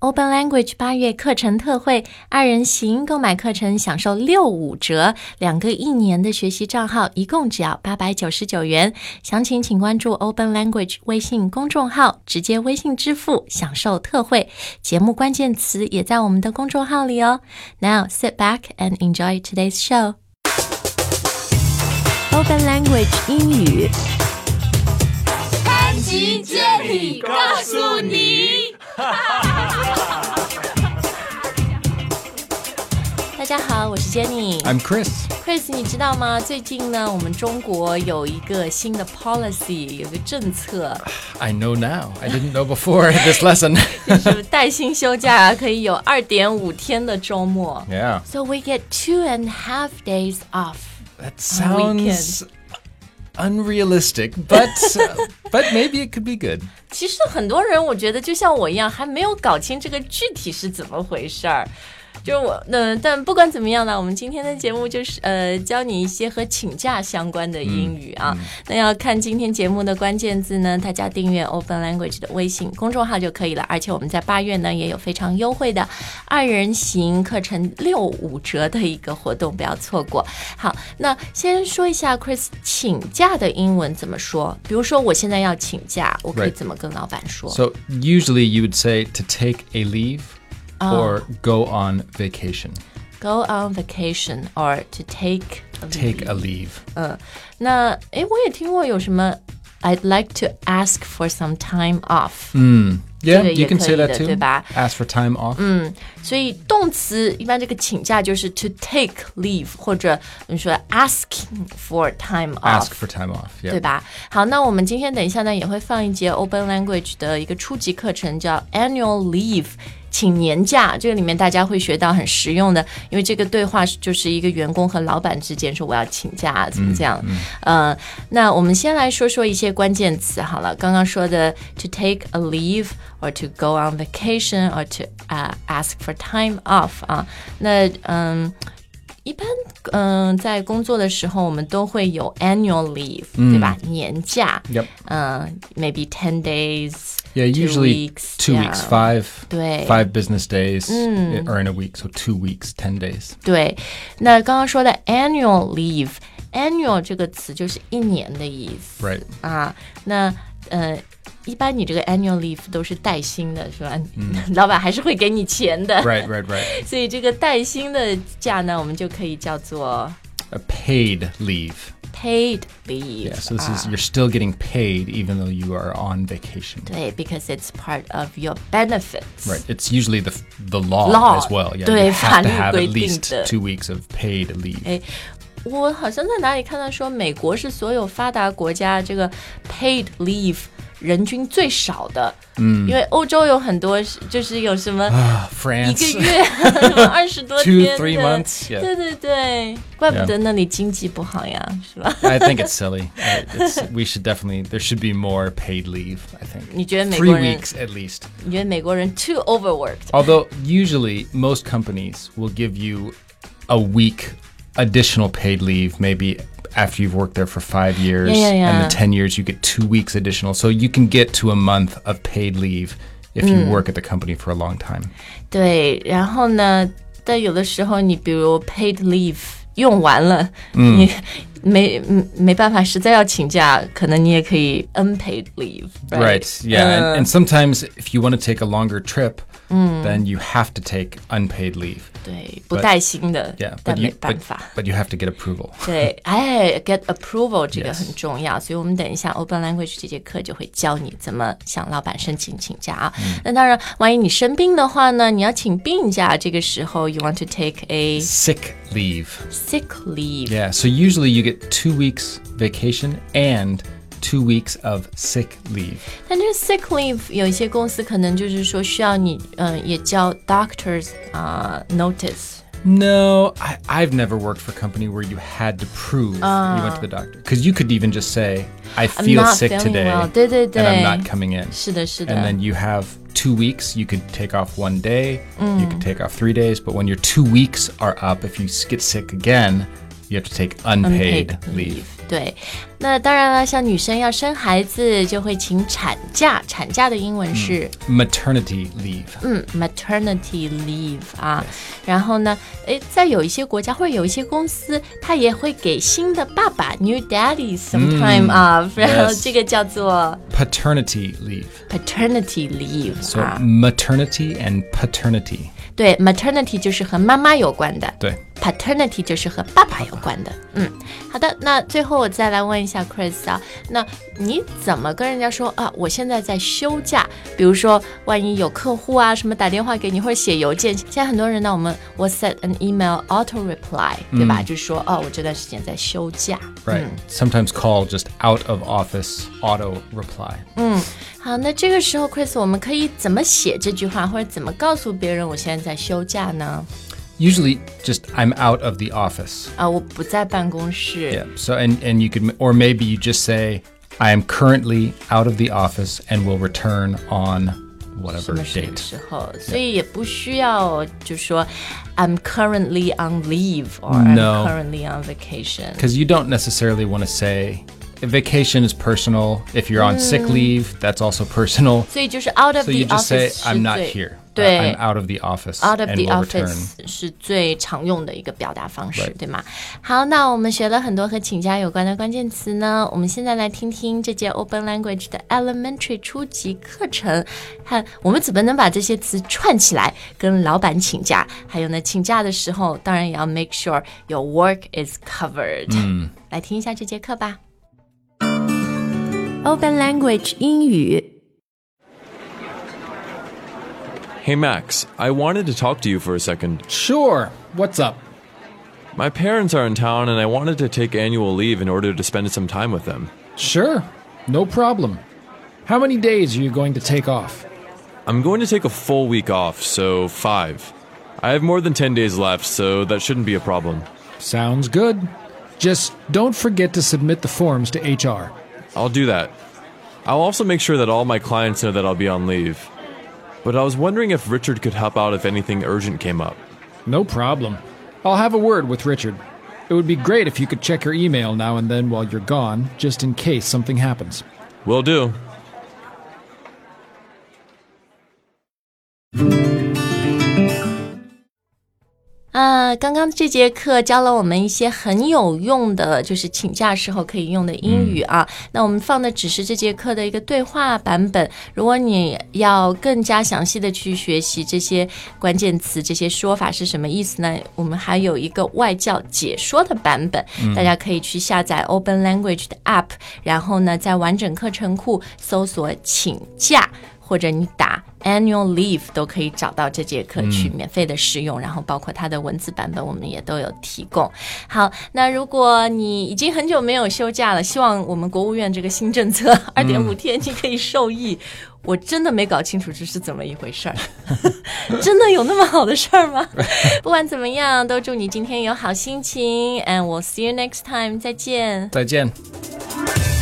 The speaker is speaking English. Open Language 八月课程特惠，二人行购买课程享受六五折，两个一年的学习账号一共只要八百九十九元。详情请关注 Open Language 微信公众号，直接微信支付享受特惠。节目关键词也在我们的公众号里哦。Now sit back and enjoy today's show. Open Language 英语潘吉接力告诉你， 大家好，我是 Jenny。 I'm Chris. Chris，你知道吗？最近呢，我们中国有一个新的 policy，有个政策， I know now. I didn't know before this lesson. 就是带薪休假可以有二点五天的周末。 yeah. So we get two and a half days off. That sounds unrealistic, but uh, but maybe it could be good. 其实很多人，我觉得就像我一样，还没有搞清这个具体是怎么回事儿。就是我，嗯、但不管怎么样呢，我们今天的节目就是呃，教你一些和请假相关的英语嗯啊。那要看今天节目的关键字呢，大家订阅 Open Language 的微信公众号就可以了。而且我们在八月呢也有非常优惠的二人行课程六五折的一个活动，不要错过。好，那先说一下 Chris 请假的英文怎么说？比如说我现在要请假，我可以 Right. 怎么跟老板说 So usually you would say to take a leave or go on vacation. Go on vacation or to take a leave. Take a leave. 那诶，我也听过有什么，I'd like to ask for some time off、 Yeah, 这个也 you can say 可以的， that Mm. too. 对吧？ Ask for time off. 所以动词一般这个请假就是 to take leave，或者你说 asking for time off Ask。for time off. 对 Yeah. 吧？好，那我们今天等一下呢，也会放一节 Open Language 的一个初级课程，叫 Annual Leave，请年假。这个里面大家会学到很实用的，因为这个对话是就是一个员工和老板之间说我要请假啊怎么这样。呃，那我们先来说说一些关键词好了，刚刚说的 to take a leave。or to go on vacation or to 啊、ask for time off 啊，那嗯，一般嗯、在工作的时候，我们都会有 annual leave，、对吧？年假，嗯嗯 Yep. ，maybe ten days。 Yeah, usually weeks, two weeks, yeah. five 对 five business days eh, or in a week, so two weeks, 10 days. 对，那刚刚说的 annual leave，annual 这个词就是一年的意思 Right. 啊。那呃，一般你这个 annual leave 都是带薪的，是吧？ 老板还是会给你钱的。嗯 Right, right, right. 所以这个带薪的假呢，我们就可以叫做 A paid leave. paid leave。 Yeah, so this is you're still getting paid even though you are on vacation. 对，because it's part of your benefits。 Right. It's usually the the law, Law. as well. Yeah, 对， you 法 have to 律 have 规定 at least 的。 two weeks of paid leave. 哎，我好像在哪里看到说，美国是所有发达国家这个 paid leave 人均最少的。嗯，因为欧洲有很多是就是有什么一 Uh, France, 个 月什么二十多 two 天 three 的 months. Yeah, 对对对，怪不 Yeah. 得那里经济不好呀，是吧？ I think it's silly. I- It's, we should definitely there should be more paid leave. I think 你觉得美国人- three weeks at least. 你觉得美国人 too overworked？ Although usually most companies will give you a week additional paid leave, maybe after you've worked there for five years, Yeah, yeah, and yeah. the ten years you get two weeks additional, so you can get to a month of paid leave if Mm. you work at the company for a long time. 对，然后呢，但有的时候你比如 paid leave 用完了，嗯你没嗯没办法，实在要请假，可能你也可以 unpaid 嗯 leave。 Right. Yeah. Uh. and, and sometimes if you want to take a longer trip, Mm. then you have to take unpaid leave. 对，不带薪的 Yeah. 但 But 没 you, 办 but, 法。 but you have to get approval. 对，哎，get approval 这个 Yes. 很重要所以我们等一下 open language 这节课就会教你怎么向老板申请请假啊。嗯那当然，万一你生病的话呢，你要请病假，这个时候 you want to take a Sick leave. sick leave。 Yeah, so usually you get two weeks vacation and two weeks of sick leave. 但这 sick leave 有一些公司可能就是说需要你，嗯、也叫 doctors 啊、notice。 No, I, I've never worked for a company where you had to prove you went to the doctor. Because you could even just say, I feel not sick feeling today well. 对，对，对。 and I'm not coming in. 是的，是的。 And then you have two weeks. You could take off one day, you could take off three days. But when your two weeks are up, if you s- get sick again, you have to take unpaid, leave. 对，那当然了，像女生要生孩子就会请产假，产假的英文是 maternity leave. 嗯 maternity leave 啊。然后呢，诶，在有一些国家或者有一些公司，它也会给新的爸爸 new daddy sometime 啊，然后 Mm. yes 这个叫做 Paternity leave. paternity leave So 啊。 maternity and paternity. 对，maternity 就是和妈妈有关的，对，paternity 就是和爸爸有关的。嗯，好的，那最后我再来问一下 Chris 啊，那你怎么跟人家说啊？我现在在休假，比如说万一有客户啊什么打电话给你或者写邮件，现在很多人呢，我们 WhatsApp and email auto reply，对吧？就是说哦，我这段时间在休假。 Right. Hmm. Sometimes called just out of office auto reply. 好，那这个时候 Chris，我们可以怎么写这句话，或者怎么告诉别人我现在在休假呢？ Usually just I'm out of the office. 啊，我不在办公室。 Yeah. So and and you could or maybe you just say I am currently out of the office and will return on whatever 什么什么 date. 时候，所以也不需要就说 I'm currently on leave or No. I'm currently on vacation。 because you don't necessarily want to say vacation is personal. If you're on sick leave, that's also personal. 所以就是 out of Hmm. the So you just say, office 是 I'm not 最 here. Uh, 对 I'm out of the office. out of and the will office 是最常用的一个表达方式 Right. 对吗？好，那我们学了很多和请假有关的关键词呢，我们现在来听听这节 Open Language 的 Elementary 初级课程，看我们怎么能把这些词串起来，跟老板请假，还有呢，请假的时候当然也要 make sure your work is covered。嗯，来听一下这节课吧。Open Language 英语。 Hey Max, I wanted to talk to you for a second. Sure. What's up? My parents are in town and I wanted to take annual leave in order to spend some time with them. Sure. No problem. How many days are you going to take off? I'm going to take a full week off, so five. I have more than 10 days left, so that shouldn't be a problem. Sounds good. Just don't forget to submit the forms to HR. I'll do that. I'll also make sure that all my clients know that I'll be on leave. But I was wondering if Richard could help out if anything urgent came up. No problem. I'll have a word with Richard. It would be great if you could check your email now and then while you're gone, just in case something happens. Will do. 啊，刚刚这节课教了我们一些很有用的，就是请假时候可以用的英语啊。那我们放的只是这节课的一个对话版本。如果你要更加详细的去学习这些关键词、这些说法是什么意思呢？我们还有一个外教解说的版本，大家可以去下载 Open Language 的 App，然后呢，在完整课程库搜索“请假”。或者你打 annual leave 都可以找到这节课去免费的试用，然后包括它的文字版本，我们也都有提供。好，那如果你已经很久没有休假了，希望我们国务院这个新政策二点五天你可以受益。我真的没搞清楚这是怎么一回事儿， 真的有那么好的事儿吗？不管怎么样，都祝你今天有好心情，and we'll see you next time，再见。 return. 再见。